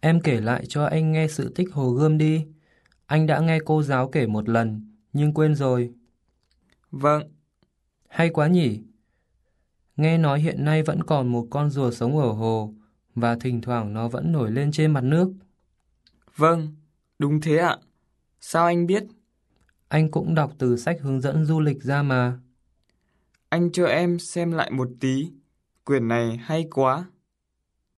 Em kể lại cho anh nghe sự tích Hồ Gươm đi. Anh đã nghe cô giáo kể một lần, nhưng quên rồi. Vâng, Hay quá nhỉ? Nghe nói hiện nay vẫn còn một con rùa sống ở hồ, và thỉnh thoảng nó vẫn nổi lên trên mặt nước. vâng, đúng thế ạ. Sao anh biết? Anh cũng đọc từ sách hướng dẫn du lịch ra mà. Anh cho em xem lại một tí. Quyển này hay quá.